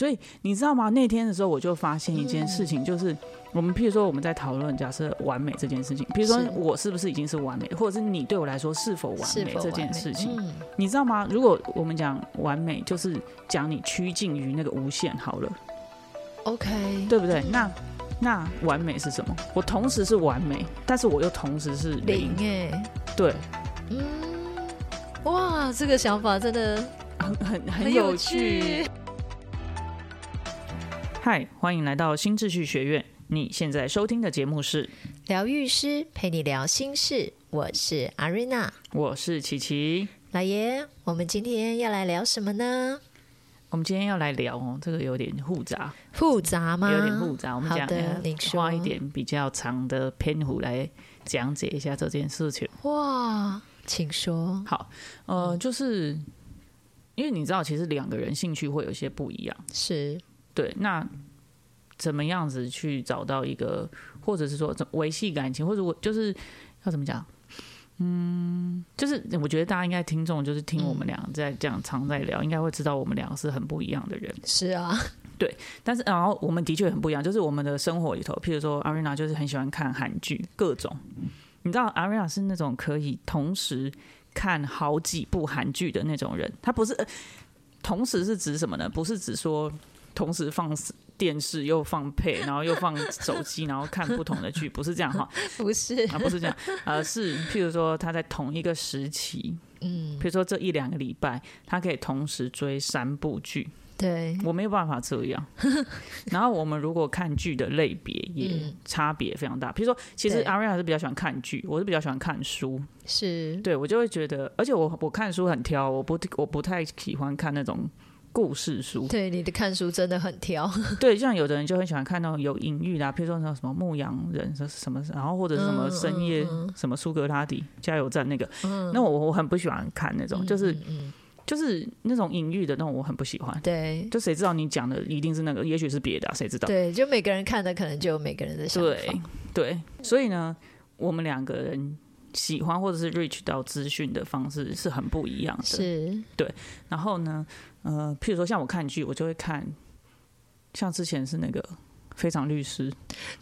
所以你知道吗？那天的时候，我就发现一件嗯事情，就是我们譬如说我们在讨论假设完美这件事情，譬如说是我是不是已经是完美，或者是你对我来说是否完是美否这完件美事情，嗯你知道吗？如果我们讲完美，就是讲你趋近于那个无限好了， ，OK，对不对？那那完美是什么？我同时是完美，但是我又同时是零零，哎，对，嗯，哇，这个想法真的很很很很有有趣趣。。嗨，欢迎来到新秩序学院。你现在收听的节目是，疗愈师陪你聊心事，我是阿瑞娜我是琪琪。老爷。我们今天要来聊什么呢？我们今天要来聊哦，这个有点复杂，复杂吗？有点复杂。我们好讲的，您呃说花一点比较长的篇幅来讲解一下这件事情。哇，请说。好，呃，嗯就是因为你知道，其实两个人兴趣会有些不一样。是对，那怎么样子去找到一个，或者是说怎维系感情，或者我就是要怎么讲？嗯，就是我觉得大家应该听众就是听我们嗯俩在这样常在聊，应该会知道我们两个是很不一样的人。是啊，但是然后我们的确很不一样，就是我们的生活里头，譬如说阿瑞娜就是很喜欢看韩剧，各种。你知道阿瑞娜是那种可以同时看好几部韩剧的那种人，她不是、呃同时是指什么呢？不是指说同时放电视又放配，然后又放手机，然后看不同的剧，不是这样哈，不是？啊不是这样，而是譬如说她在同一个时期，嗯，譬如说这一两个礼拜，她可以同时追三部剧，对，我没有办法这 样。然后我们如果看剧的类别也嗯差别非常大，比如说，其实对阿瑞还是比较喜欢看剧，我是比较喜欢看书，是对我就会觉得，而且我我看书很挑，我不我不太喜欢看那种。故事书， 对你的看书真的很挑，对，像有的人就很喜欢看那种有隐喻的、啊，譬如说那种什么牧羊人什什么，然后或者是什么嗯深夜、嗯嗯什么苏格拉底加油站那个，那我我很不喜欢看那种，就是嗯嗯，就是那种隐喻的那种，我很不喜欢。对就谁知道你讲的一定是那个，也许是别的、啊，谁知道？对，就每个人看的可能就有每个人的想对法，对，所以呢，我们两个人喜欢或者是 reach 到资讯的方式是很不一样的。是然后呢，呃，譬如说像我看剧，我就会看，像之前是那个《非常律师》，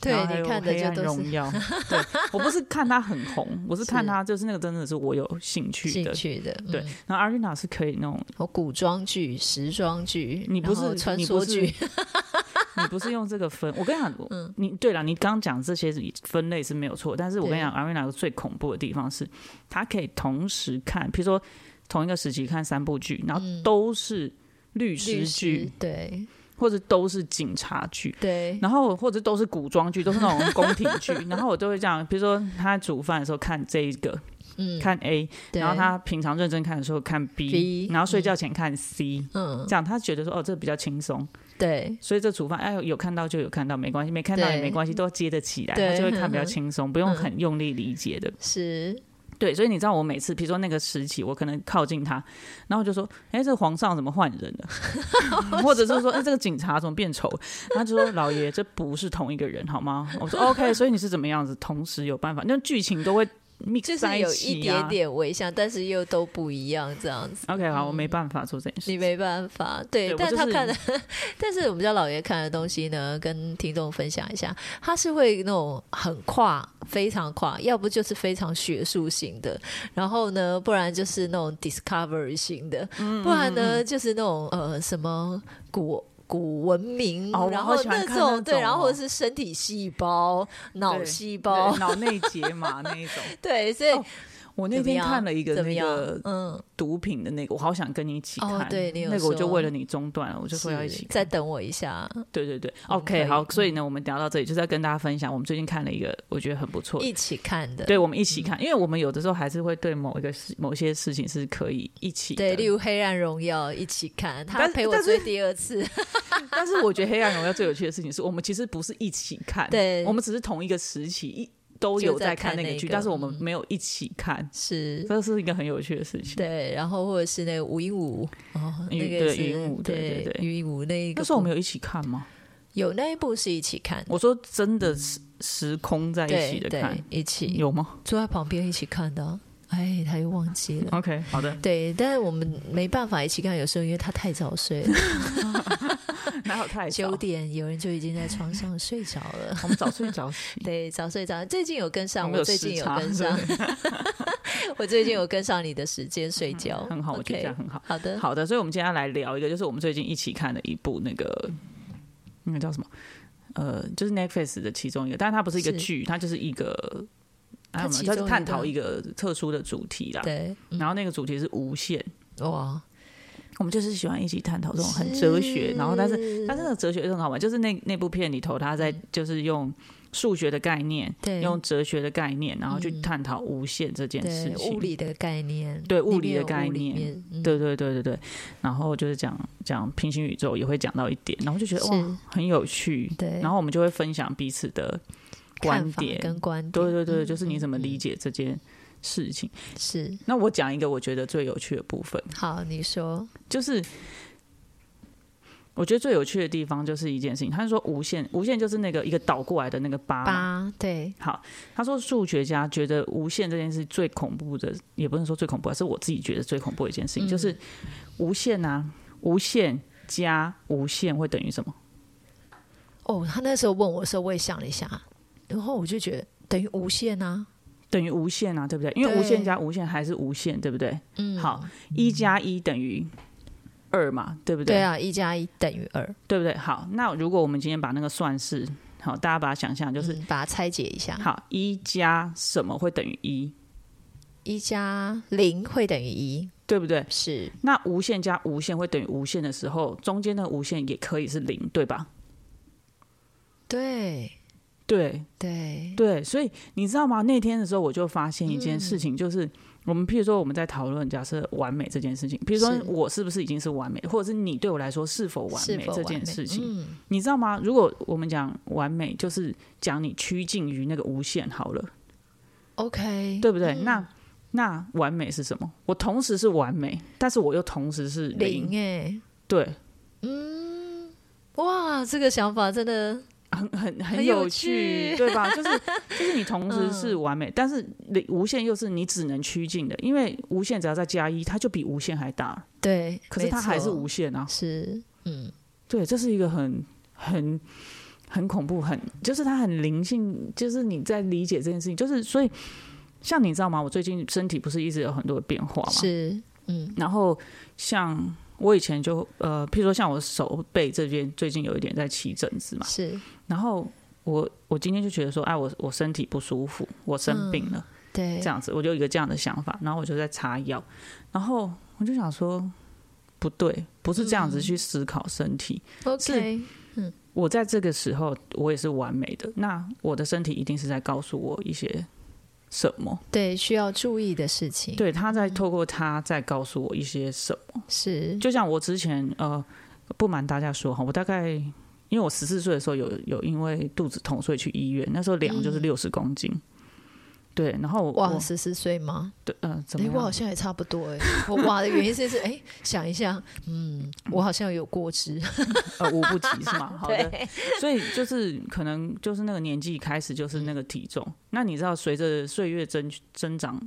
对然后还你有看《的黑暗就都荣是耀》 对我不是看他很红，我是看是他就是那个真的是我有兴趣兴的。趣的，对嗯，然后阿瑞娜是可以那种，我哦古装剧、时装剧，你不然后是穿你梭不是 剧， 你不是用这个分，我跟你讲，嗯我你对了，你刚讲这些分类是没有错，但是我跟你讲，阿瑞娜最恐怖的地方是，她可以同时看，譬如说同一个时期看三部剧，然后都是律嗯律师师剧，，对或者都是警察剧。对，然后或者都是古装剧，都是那种宫廷剧。然后我都会这样，比如说他煮饭的时候看这一个，嗯，看 A，对然后他平常认真看的时候看 B，, B，然后睡觉前看 C，、嗯，这样他觉得说哦这比较轻松。对所以这煮饭，哎，有看到就有看到，没关系；没看到也对没关系，都接得起来，对嗯他就会看比较轻松，不用很用力理解的。是，对，所以你知道我每次，比如说那个时期，我可能靠近他，然后我就说：“哎，这皇上怎么换人了？” 或者是说：“哎，这个警察怎么变丑？”他就说：“老爷，这不是同一个人，好吗？”我说：“OK。”所以 你是怎么样子，同时有办法，那剧情都会就 mix 在是一有一起点嗯啊。点微像，但是又都不一样这样子。 OK，好，我没办法做这件事。你没办法，对，对我但就他是看的， 但是我们家老爷看的东西呢，跟听众分享一下，他是会那种很跨，非常跨，要不就是非常学术型的，然后呢，不然就是那种 discovery 型的，嗯不然呢就是那种呃什么古。古文明，哦我然好后喜欢看那种对，种然后或哦是身体细胞、脑对细胞对，，脑内结嘛那 一种。对，所以哦我那怎么天样看了一个怎么那个样嗯，毒品的那个，我好想跟你一起看。哦对你有那个我就说为了你中断了，我就说要一是起看。再等我一下，对对对嗯可以，OK，好，所以呢，我们聊到这里，就是要跟大家分享，我们最近看了一个我觉得很不错的。一嗯起看的，对，我们一起看，因为我们有的时候还是会对某一个事、某些事情是可以一起的。对，例如《黑暗荣耀》一起看，他但是陪我但是追第二次， 但是我觉得《黑暗荣耀》最有趣的事情是我们其实不是一起看，对我们只是同一个时期一都有就在在看看那个那剧，个但是我们嗯没有一起看，是，这 是一个很有趣的事情。对，然后或者是那个吴英武，哦，云那个对是云武对对对吴英武那一个那部，时候我们有一起看吗？有那一部是一起看，我说真的时时空在一起对的嗯对看，，一起有吗？坐在旁边一起看的啊，哎，他又忘记了。 OK，好的，对，但是我们没办法一起看，有时候因为他太早睡了，哪有太早九？点有人就已经在床上睡着了。我们早睡早 起，对，早睡早最近有跟我上，们我有最时近有差 跟上， 我最近有跟上你的时间睡觉， 很好，我觉得 OK，嗯这样很好。好的，好的，所以我们今天要来聊一个，就是我们最近一起看的一部那个那个叫什么？呃，就是 Netflix 的其中一个，但是它不是一个是剧，它就是一个，它啊，我们其就中是一探个讨一个特殊的主题啦。对，嗯然后那个主题是无限，哇，我们就是喜欢一起探讨这种很哲学，然后但是是嗯但是那个哲学是很好玩，就是那那部片里头，他在就是用数学的概念，对用哲学的概念，然后去嗯探讨无限这件事对情。物理的概念，对里物理面的有概物里念面，嗯对对对对对，然后就是讲讲平行宇宙也会讲到一点，然后就觉得是哇很有趣，对然后我们就会分享彼此的观看法点，跟观点，对对对，嗯就是你怎么嗯理解这件事情。嗯是那我讲一个我觉得最有趣的部分，好，你说就是我觉得最有趣的地方就是一件事情，他说无限无限就是那个一个倒过来的那个八嘛，八对好，他说数学家觉得无限这件事最恐怖的，也不能说最恐怖啊，是我自己觉得最恐怖的一件事嗯情，就是无限啊，无限加无限会等于什么？哦，他那时候问我的时候，我也想了一下，然后我就觉得等于无限啊，等于无限啊，对不对？因为对无限加无限还是无限，对不对？嗯，好，一加一等于二嘛，对不对？对啊，一加一等于二，对不对？好，那如果我们今天把那个算式，好，大家把它想象就是，嗯把它拆解一下，好，一加什么会等于一，一加零会等于一，对不对？是那无限加无限会等于无限的时候，中间的无限也可以是零，对吧？对对对对，所以你知道吗？那天的时候，我就发现一件事嗯情，就是、我们譬如说我们在讨论假设完美这件事情，譬如说是我是不是已经是完美，或者是你对我来说是否完是美否这完件美事情，嗯，你知道吗？如果我们讲完美，就是讲你趋近于那个无限好了， OK，对不对？那那完美是什么？我同时是完美，但是我又同时是零，零哎，对，哇，这个想法真的很很很很有有趣，趣嗯对吧？就是就是你同时是完美，但是零无限又是你只能趋近的，因为无限只要再加一，它就比无限还大，对，可是它没还是错无限啊。是嗯，对，这是一个很很很恐怖，很就是它很灵性，就是你在理解这件事情，就是所以像你知道吗？我最近身体不是一直有很多的变化嘛，是嗯然后像。我以前就呃，譬如说像我手背这边最近有一点在起疹子嘛，是，然后我我今天就觉得说，哎，我我身体不舒服，我生病了，对，这样子，我就有一个这样的想法，然后我就在擦药，然后我就想说，不对，不是这样子去思考身体。 OK，我在这个时候，我也是完美的，那我的身体一定是在告诉我一些什么，对，需要注意的事情，，对，他在透过他在告诉我一些什么。是就像我之前呃，不瞒大家说哈，我大概因为我十四岁的时候有有因为肚子痛，所以去医院，那时候量就是六十公斤。对，然后我嗯哇，我十四岁吗？对呃怎哎、么我好样？像也差不多哎、我哇的原因是是哎、想一下，嗯，我好像有 过之，呃，无不及是 吗？好的，对，所以就是可能就是那个年纪开始就是那个体嗯重。那你知道，随着岁月增增长，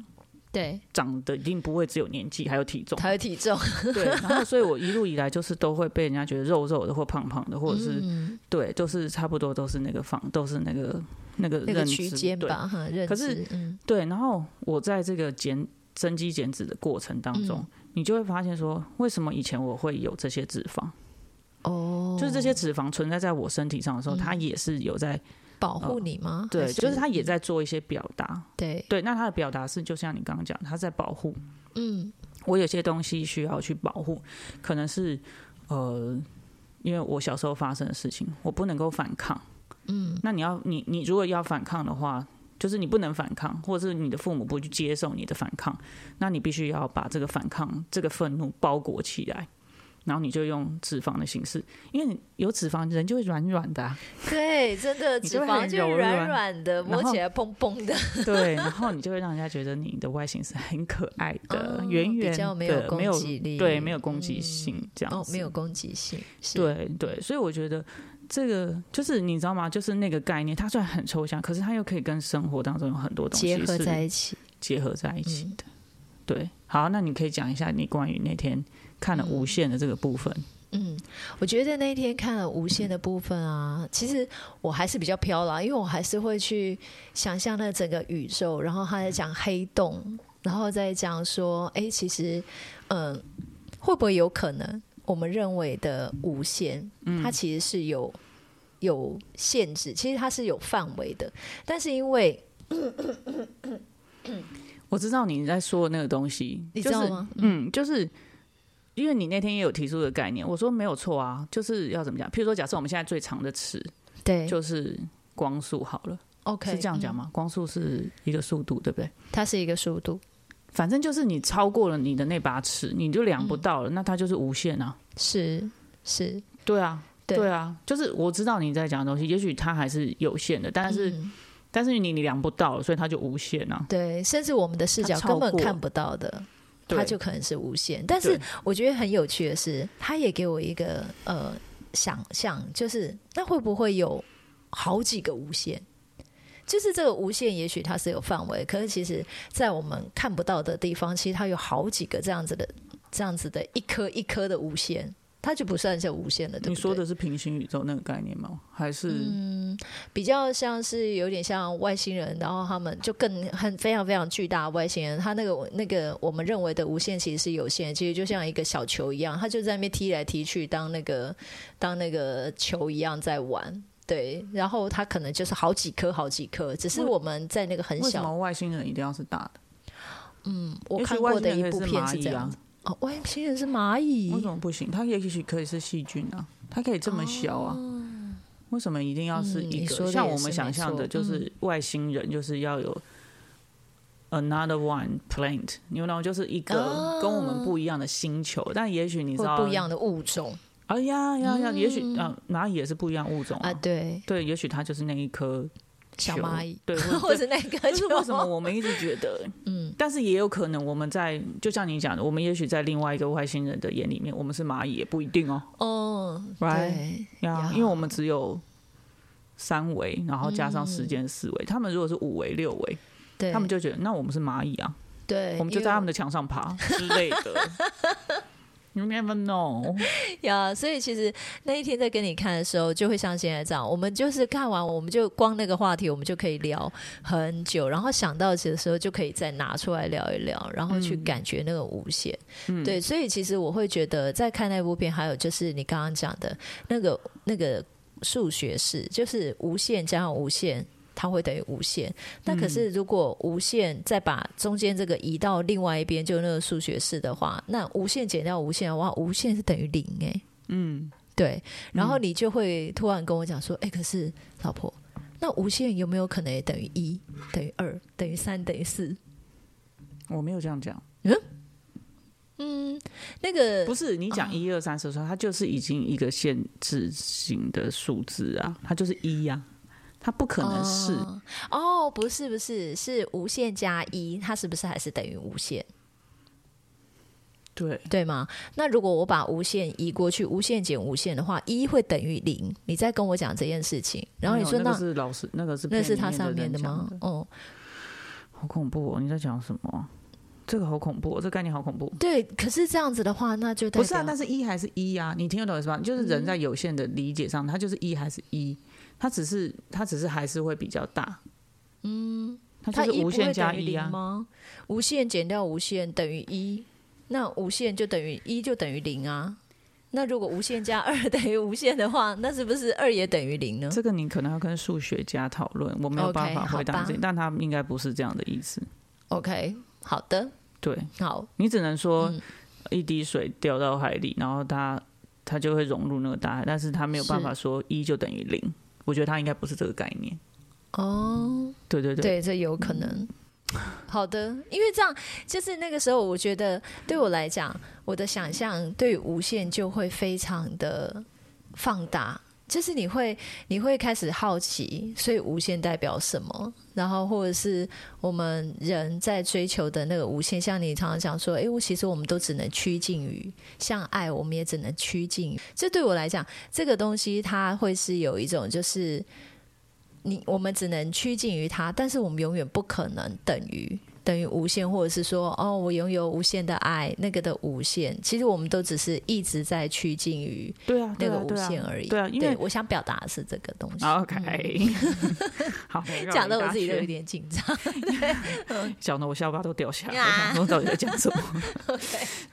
对，长的一定不会只有年纪，还有 体重。还有体重，对，然后所以我一路以来就是都会被人家觉得肉肉的或胖胖的，或者是、嗯、对，都是差不多都是那个方，都是那个那个那个认知区间对吧，哈，认可知，是嗯，对，然后我在这个减增肌减脂的过程当嗯中，你就会发现说，为什么以前我会有这些脂肪？哦，就是这些脂肪存在在我身体上的时候，它也是有在保护你吗？对，还就是它也在做一些表达。对，对，那它的表达是就像你刚刚讲，它在保护嗯，我，有些东西需要去保护，可能是呃。因为我小时候发生的事情，我不能够反抗。嗯，那你要你你如果要反抗的话，就是你不能反抗，或者是你的父母不去接受你的反抗，那你必须要把这个反抗、这个愤怒包裹起来，然后你就用脂肪的形式，因为你有脂肪，人就会软软的、啊， 对，真的你脂就会肪很就柔软软软的，摸然后起来蓬蓬的， 对，然后你就会让人家觉得你的外形是很可爱的哦，圆比圆较的，没没有攻有击力对，没有攻击性这样 哦，子，没有攻击性，是，对对，所以我觉得这个就是你知道吗？就是那个概念，它虽然很抽象，可是它又可以跟生活当中有很多东西结合是在一起，嗯结合在一起的。对，好，那你可以讲一下你关于那天看了《无限》的这个部分。嗯，我觉得那一天看了无限的部分啊，其实我还是比较飘啦，因为我还是会去想象那整个宇宙，然后他在讲黑洞，然后再讲说，哎、其实，嗯、会不会有可能我们认为的无限，它其实是有有限制，其实它是有范围的，但是因为我知道你在说的那个东西，你知道吗？就是、嗯，就是因为你那天也有提出的概念，我说没有错啊，就是要怎么讲？譬如说，假设我们现在最长的词对就是光速好了， OK 是这样讲嗯吗？光速是一个速度，对不对？它是一个速度，反正就是你超过了你的那把尺，你就量不到了，那它就是无限啊。是是，对啊，嗯对对啊，就是我知道你在讲的东西，也许它还是有限的，但是、嗯但是你你量不到了，所以它就无限啊。对，甚至我们的视角它超根本过看不到的，对它就可能是无限。但是对我觉得很有趣的是，它也给我一个呃想象，就是那会不会有好几个无限？就是这个无限，也许它是有范围，可是其实，在我们看不到的地方，其实它有好几个这样子的、这样子的一颗一颗的无限，它就不算是无限的，对不对？嗯你说的是平行宇宙那个概念吗？还是、比较像是有点像外星人，然后他们就更很非常非常巨大的外星人，他那个那个我们认为的无限其实是有限的，其实就像一个小球一样，他就在那边踢来踢去，当那个当那个球一样在玩。对，然后他可能就是好几颗好几颗，只是我们在那个很为什小，么外星人一定要是大的？我也许看过外的星一人部可以是片是蚂蚁这啊样子。哦，外星人是蚂蚁为，什么不行？它也许可以是细菌啊，它可以这么小啊，为什么一定要是哦嗯一你个、说的像也我是们没想象错嗯的，就是外星人就是要有 another one plant，你们就是一个跟我们不一样的星球，但也许你知或道哦啊不一，样的物种哎呀呀呀，也许啊蚂蚁也是不一样物种啊，啊？对，对，也许它就是那一颗小球蚂蚁， 对，或或者者。那个 就是球，为什么我们一直觉得，嗯，但是也有可能我们在，就像你讲的，我们也许在另外一个外星人的眼里面，我们是蚂蚁也不一定哦。哦， Right 对，呀呀，因为我们只有三维，然后加上时间四维，他们如果是五维、六维，嗯对，他们就觉得那我们是蚂蚁啊，对，我们就在他们的墙上爬之类的。You never know，呀所以其实那一天在跟你看的时候，就会像现在这样，我们就是看完，我们就光那个话题，我们就可以聊很久，然后想到的时候就可以再拿出来聊一聊，然后去嗯感觉那个无限。对，所以其实我会觉得，在看那部片，还有就是你刚刚讲的那个那个数学式，就是无限加上无限。它会等于无限，那可是如果无限再把中间这个移到另外一边，就那个数学式的话，那无限减掉无限的话，无限是等于零哎、嗯，对，然后你就会突然跟我讲说：“哎、可是老婆，那无限有没有可能也等于一、等于二、等于三、等于四我没有这样讲，？”那个不是你啊讲一二三四的时候，它就是已经一个限制性的数字啊，它就是一呀、它不可能是。哦，不是不是，是无限加一，它是不是还是等于无限？对，对吗？那如果我把无限移过去，无限减无限的话，一会等于零。你再跟我讲这件事情，然后没你有说那那个是老师，那个是那片是它里上面人的讲吗？哦、好恐怖哦！你在讲什么啊？这个好恐怖、哦，这概念好恐怖。对。可是这样子的嗯话，那就代不是啊表，但是一还是一啊，你听得懂我意思吧？就是人在有限的理解上，它就是一还是一，它只是它只是还是会比较大，嗯，它它就一是不无会限加等于一零啊，吗？无限减掉无限等于一，那无限就等于一就等于零啊。那如果无限加二 等于无限的话，那是不是二也等于零呢？这个你可能要跟数学家讨论，我没有 OK，办法回好答吧这但他应该不是这样的意思。 OK，好的，对好，你只能说嗯一滴水掉到海里，然后它它就会融入那个大海，但是它没有办法说一就等于零。我觉得它应该不是这个概念。哦，对对对，嗯对，这有可能。好的，因为这样就是那个时候，我觉得对我来讲，我的想象对于无限就会非常的放大，就是你会你会开始好奇，所以无限代表什么？然后或者是我们人在追求的那个无限，像你常常讲说，诶，我其实我们都只能趋近于像爱，我们也只能趋近于。这对我来讲，这个东西它会是有一种就是。你我们只能趋近于它，但是我们永远不可能等于等于无限，或者是说哦，我拥有无限的爱，那个的无限，其实我们都只是一直在趋近于对啊，对那个啊，无对啊限而已。对啊因为啊我想表达的是这个东西。 OK，好， 嗯讲的我自己都有点，点紧张。 讲的我下巴都掉下来，啊我想说到底在讲什么？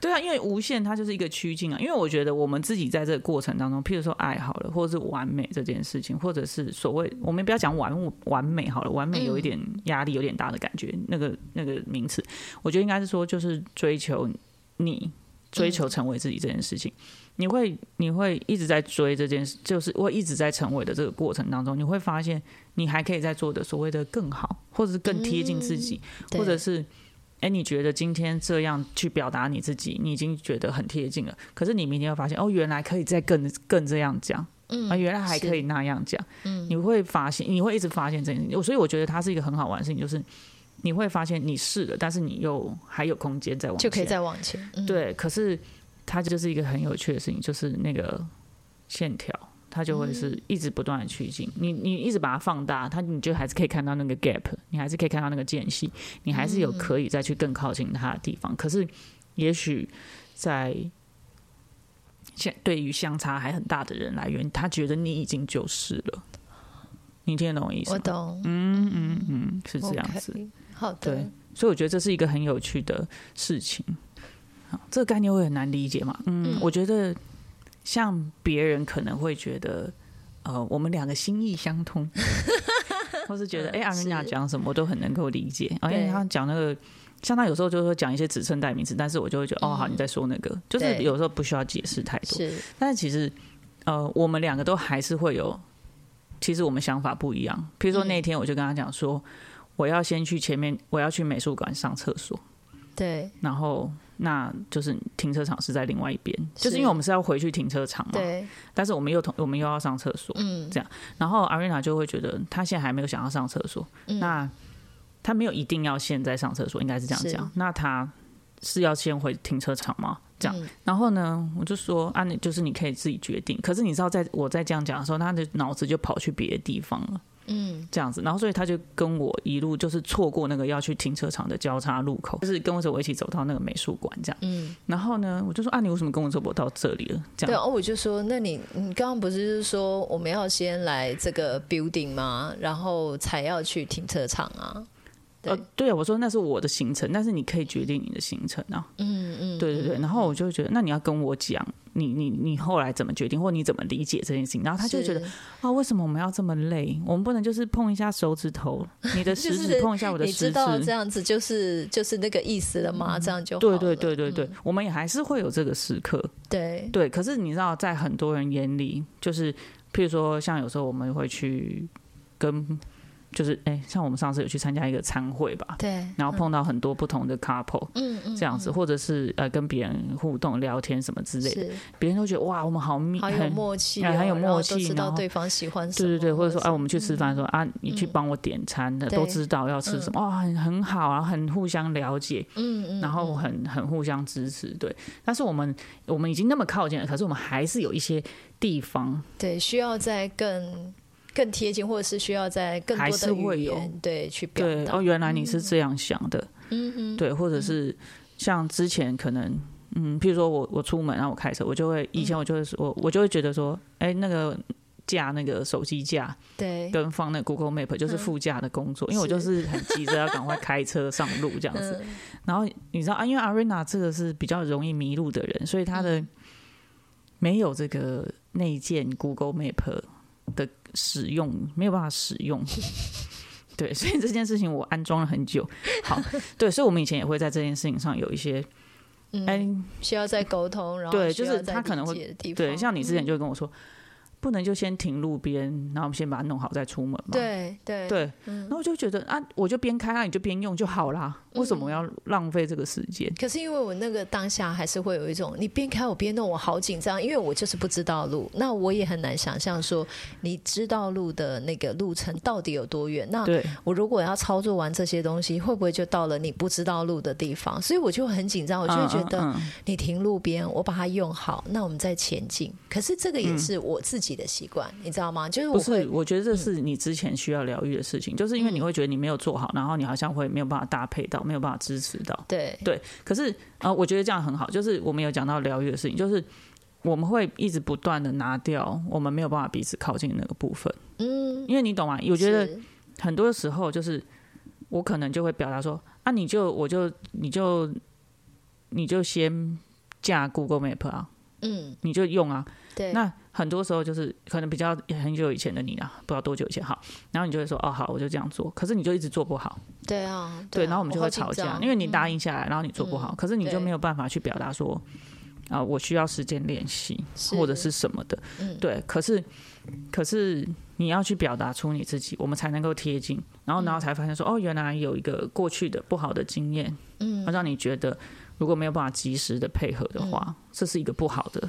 对啊，因为无限它就是一个趋近啊。因为我觉得我们自己在这个过程当中，譬如说爱好了，或者是完美这件事情，或者是所谓我们不要讲完完美好了，完美有一点压力，有点大的感觉。那个那个名词，我觉得应该是说就是追求你。追求成为自己这件事情，你会你会一直在追这件事，就是会一直在成为的这个过程当中，你会发现你还可以再做的所谓的更好，或者是更贴近自己，对或者是，哎、你觉得今天这样去表达你自己，你已经觉得很贴近了。可是你明天会发现，哦，原来可以再更更这样讲，嗯啊，原来还是可以那样讲，嗯你会发现，你会一直发现这件事情。所以我觉得它是一个很好玩的事情，就是你会发现你试了，但是你又还有空间再往就可以前再往前。嗯，对。可是它就是一个很有趣的事情，就是那个线条。它就会嗯是一直不断的趋近，你你一直把它放大，它你就还是可以看到那个 gap，你还是可以看到那个间隙，你还是有嗯可以再去更靠近它的地方。可是，也许在现对于相差还很大的人来源，他觉得你已经就是了，你听得懂我意思我吗？懂。嗯嗯嗯，是这样 OK，子。好对的，，所以我觉得这是一个很有趣的事情。好，这个概念会很难理解嘛？嗯，我觉得像别人可能会觉得，呃，我们两个心意相通，或是觉 得，哎、阿瑞娜嗯是讲什么我都很能够理解，而对且他讲那个。像他有时候就会讲一些指称代名词，但是我就会觉得哦，好，你在说那个，就是对有时候不需要解释太多。是但是其实，呃，我们两个都还是会有，其实我们想法不一样。比如说那天我就跟他讲说，嗯我要先去前面，我要去美术馆上厕所，对然后那就是停车场是在另外一边，就是是因为我们是要回去停车场嘛，对，但是我们又同我们又要上厕所，嗯然后阿瑞娜就会觉得她现在还没有想要上厕所，嗯那她没有一定要现在上厕所，应该是这样是讲。那她是要先回停车场吗？这样，嗯然后呢，我就说啊，你就是你可以自己决定。可是你知道在，我在这样讲的时候，她的脑子就跑去别的地方了，嗯，这样子。然后所以她就跟我一路就是错过那个要去停车场的交叉路口，就是跟我着我一起走到那个美术馆这样。嗯，然后呢，我就说啊，你为什么跟我走不到这里了？这对样。哦，我就说，那你你刚刚不是就是说我们要先来这个 building 吗？然后才要去停车场啊？对呃，对啊，我说那是我的行程，但是你可以决定你的行程啊。嗯嗯，对对对，然后我就会觉得，那你要跟我讲，你你你后来怎么决定，或你怎么理解这件事情，然后他就会觉得是啊，为什么我们要这么累？我们不能就是碰一下手指头，你的食就指是碰一下我的你食知指，道这样子就是就是那个意思了吗？这样就好对了嗯对对对对，我们也还是会有这个时刻，对对。可是你知道，在很多人眼里，就是譬如说，像有时候我们会去跟，就是哎、像我们上次有去参加一个餐会吧，对，然后碰到很多不同的 couple。嗯嗯，这样子，或者是呃跟别人互动、聊天什么之类的，是别人都觉得哇，我们好密，好有很默契哦，哎很有然后默契都知然道后对方喜欢什对么，对对，或者说是啊，我们去吃饭说啊，你去嗯帮我点餐的，对嗯都知道要吃什么，哇，很很好啊，很互相了解，嗯嗯，然后很很互相支持，对。但是我们我们已经那么靠近了，可是我们还是有一些地方，对，需要再更更贴近，或者是需要在更还多是的会语有言对去表对，达哦，，原来你是这样想的，嗯嗯，对，或者是像之前可能。嗯，譬如说我我出门，然后我开车，我就会以嗯前我就会说，我我就会觉得说，哎、那个架那个手机架，对跟放那个 Google Map 嗯就是副驾的工作，因为我就是很急着要赶快开车上路这样子。嗯然后你知道啊，因为 Arena 这个是比较容易迷路的人，所以他嗯的没有这个内建 Google Map 的使用，没有办法使 用。对，所以这件事情我安装了很久。 好，对，所以我们以前也会在这件事情上有一些，嗯哎、需要再沟通，然后对需就是要再他可能理会解的地方嗯对，像你之前就跟我说，不能就先停路边，然后我们先把它弄好再出门嘛。对对嗯对，然后我就觉得啊，我就边开，那你就边用就好啦，为什么要浪费这个时间？可是因为我那个当下还是会有一种，你边开我边弄，我好紧张，因为我就是不知道路，那我也很难想象说你知道路的那个路程到底有多远。那对，我如果要操作完这些东西，会不会就到了你不知道路的地方？所以我就很紧张，我我就会觉得嗯嗯你停路边，我把它用好，那我们再前进。可是这个也是我自己的习惯，你知道吗？就是我不是会，嗯我觉得这是你之前需要疗愈的事情，就是因为你会觉得你没有做好，然后你好像会没有办法搭配到，没有办法支持到。对对，可是呃，我觉得这样很好，就是我们有讲到疗愈的事情，就是我们会一直不断的拿掉我们没有办法彼此靠近的那个部分，嗯，因为你懂吗？我觉得是很多时候就是我可能就会表达说啊，你就我就你就你就先架 Google Map 啊，嗯，你就用啊。对，那很多时候就是可能比较很久以前的你啦，啊不知道多久以前好，然后你就会说哦好，我就这样做，可是你就一直做不好，对啊，对，啊然后我们就好会紧吵架，张因为你嗯答应下来，然后你做不好，嗯可是你就对没有办法去表达说啊、我需要时间练习是或者是什么的，嗯对，可是可是你要去表达出你自己，我们才能够贴近，然后然后才发现说、哦，原来有一个过去的不好的经验，嗯，让你觉得如果没有办法及时的配合的话，这是一个不好的。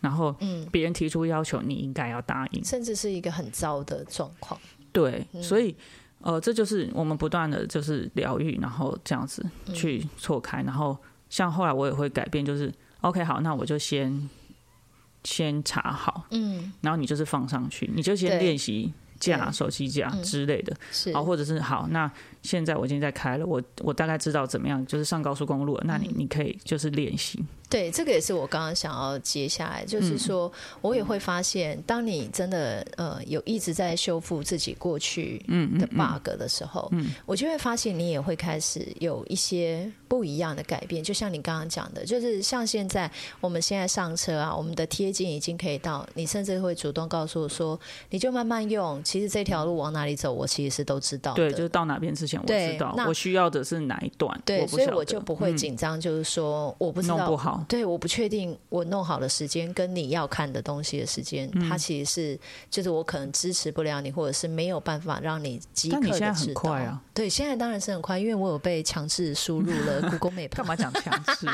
然后，嗯别人提出要求，你应该要答应。甚至是一个很糟的状况。对，嗯所以呃，这就是我们不断的就是疗愈，然后这样子嗯去错开。然后像后来我也会改变，就是 OK，好，那我就先先查好，嗯，然后你就是放上去，你就先对练习架对嗯手机架之类的。是好，或者是好，那现在我已经在开了，我我大概知道怎么样，就是上高速公路了。那嗯你你可以就是练习，对，这个也是我刚刚想要接下来，就是说，嗯我也会发现，当你真的呃有一直在修复自己过去嗯的 bug 的时候，我就会发现你也会开始有一些不一样的改变。就像你刚刚讲的，就是像现在我们现在上车啊，我们的贴近已经可以到，你甚至会主动告诉我说，你就慢慢用，其实这条路往哪里走，我其实是都知道的。对，就是到哪边之前我对知道那我需要的是哪一段，对，我不所以晓得我就不会嗯紧张，就是说我不知弄道嗯不好，对，我不确定我弄好的时间跟你要看的东西的时间，嗯它其实是就是我可能支持不了你，或者是没有办法让你即刻但你现在的很知道。快啊对，现在当然是很快，因为我有被强制输入 了 Google 干 Map，嘛讲强制？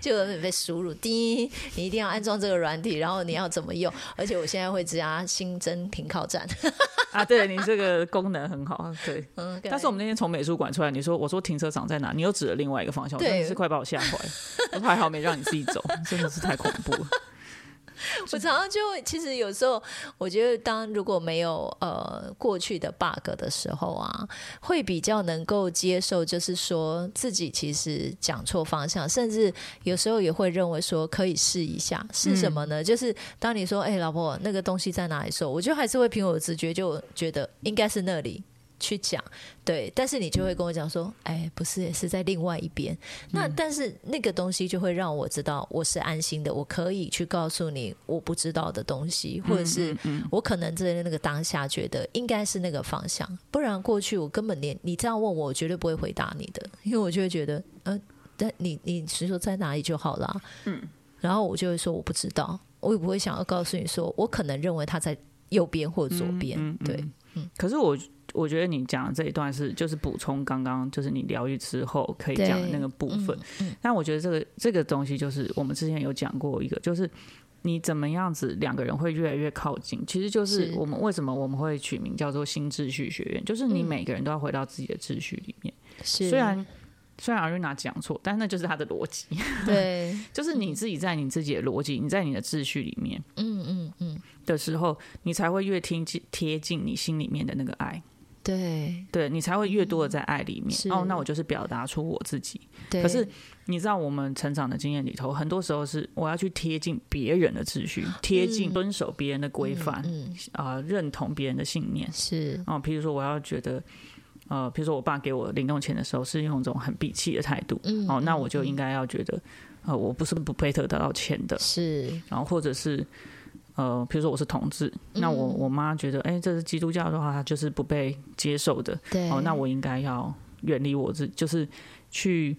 就有被输入，第一你一定要安装这个软体，然后你要怎么用，而且我现在会加新增停靠站， 啊，对你这个功能很好，啊对。嗯，但是我们那天从美术馆出来，你说我说停车场在哪？你又指了另外一个方向，我真的对是快把我吓坏 了。我说还好没让你自己走，真的是太恐怖了。 我常常就其实有时候，我觉得当如果没有呃过去的 bug 的时候啊，会比较能够接受，就是说自己其实讲错方向，甚至有时候也会认为说可以试一下，试什么呢？就是当你说“哎、老婆，那个东西在哪里？”时候，我就还是会凭我的直觉就觉得应该是那里。去讲，对，但是你就会跟我讲说，嗯哎，不是，是在另外一边。那但是那个东西就会让我知道我是安心的，我可以去告诉你我不知道的东西， 或者嗯是我可能在那个当下觉得应该是那个方向，不然过去我根本连你这样问我，我绝对不会回答你的，因为我就会觉得，呃，但你你是说在哪里就好啦，嗯，然后我就会说我不知道，我也不会想要告诉你说我可能认为它在右边或左边，嗯对，可是我我觉得你讲的这一段是就是补充刚刚就是你疗愈之后可以对嗯讲的那个部分。但我觉得这个这个东西就是我们之前有讲过一个，就是你怎么样子两个人会越来越靠近，其实就是是我们为什么我们会取名叫做新秩序学院，就是你嗯每个人都要回到自己的秩序里面。是虽然虽然阿瑞娜讲错，但那就是他的逻辑， 对，就是你自己在你自己的逻辑，你在你的秩序里面嗯嗯嗯，的时候，你才会越贴近贴近你心里面的那个爱。对对你才会越多的在爱里面嗯是。哦，那我就是表达出我自己。对，可是你知道，我们成长的经验里头，很多时候是我要去贴近别人的秩序，贴近遵守别人的规范，嗯啊、认同别人的信念。是，哦，譬如说，我要觉得，呃，譬如说我爸给我零用钱的时候，是用一种很鄙气的态度。嗯哦，那我就应该要觉得，呃，我不是不配得到钱的。是然后或者是呃，比如说我是同志，那我嗯我妈觉得，哎、这是基督教的话，它就是不被接受的，对，哦，那我应该要远离我自，就是去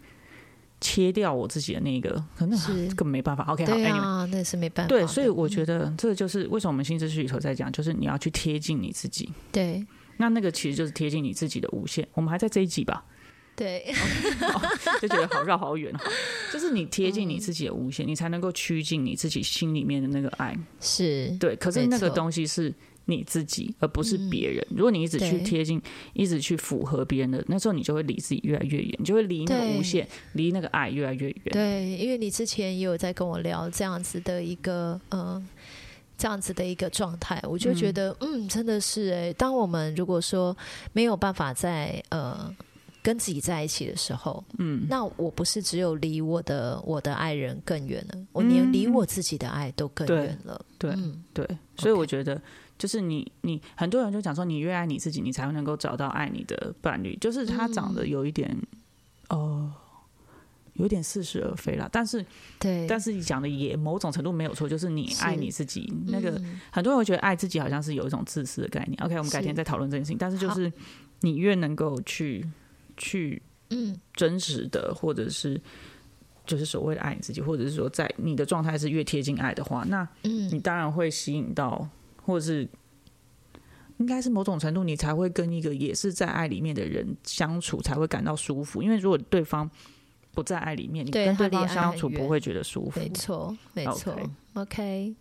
切掉我自己的那个，可能是根本没办法。OK，好对，Anyway。啊，那是没办法的。嗯对，所以我觉得这就是为什么我们心智序里头在讲，就是你要去贴近你自己。对那那个其实就是贴近你自己的无限。我们还在这一集吧，对 就觉得好绕好远哈。就是你贴近嗯你自己的无限，你才能够趋近你自己心里面的那个爱。是，对，可是没那个错嗯东西是你自己，而不是别人。如果你一直去对贴近，一直去符合别人的，那时候你就会离自己越来越远，你就会离那个无对限，离那个爱越来越远。对，因为你之前也有在跟我聊这样子的一个嗯。这样子的一个状态，我就嗯觉得，嗯真的是哎、当我们如果说没有办法在呃跟自己在一起的时候，嗯，那我不是只有离我的我的爱人更远了，我连离我自己的爱都更嗯对远了。对嗯，对，所以 OK 我觉得就是你你很多人就讲说，你越爱你自己，你才会能够找到爱你的伴侣。就是他长嗯得有一点，呃，有一点似是而非啦。但是对，但是你讲的也某种程度没有错，就是你是爱你自己。那个嗯很多人会觉得爱自己好像是有一种自私的概念。OK，我们改天是再讨论这件事情。但是就好是你越能够去去嗯真实的，或者是就是所谓的爱你自己，或者是说在你的状态是越贴近爱的话，那嗯你当然会吸引到，或者是应该是某种程度，你才会跟一个也是在爱里面的人相处才会感到舒服。因为如果对方不在爱里面，你对跟对他方离爱相很处不远会觉得舒服没。错，没错。OK，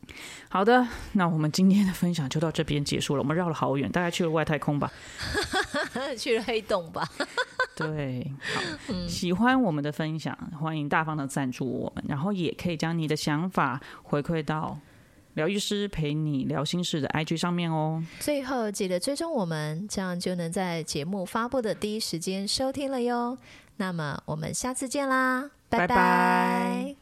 好的，那我们今天的分享就到这边结束了。我们绕了好远，大概去了外太空吧。 去了黑洞吧。对，好，嗯喜欢我们的分享，欢迎大方的赞助我们，然后也可以将你的想法回馈到疗愈师陪你聊心事的 IG 上面哦。最后记得追踪我们，这样就能在节目发布的第一时间收听了哟。那么我们下次见啦，拜拜拜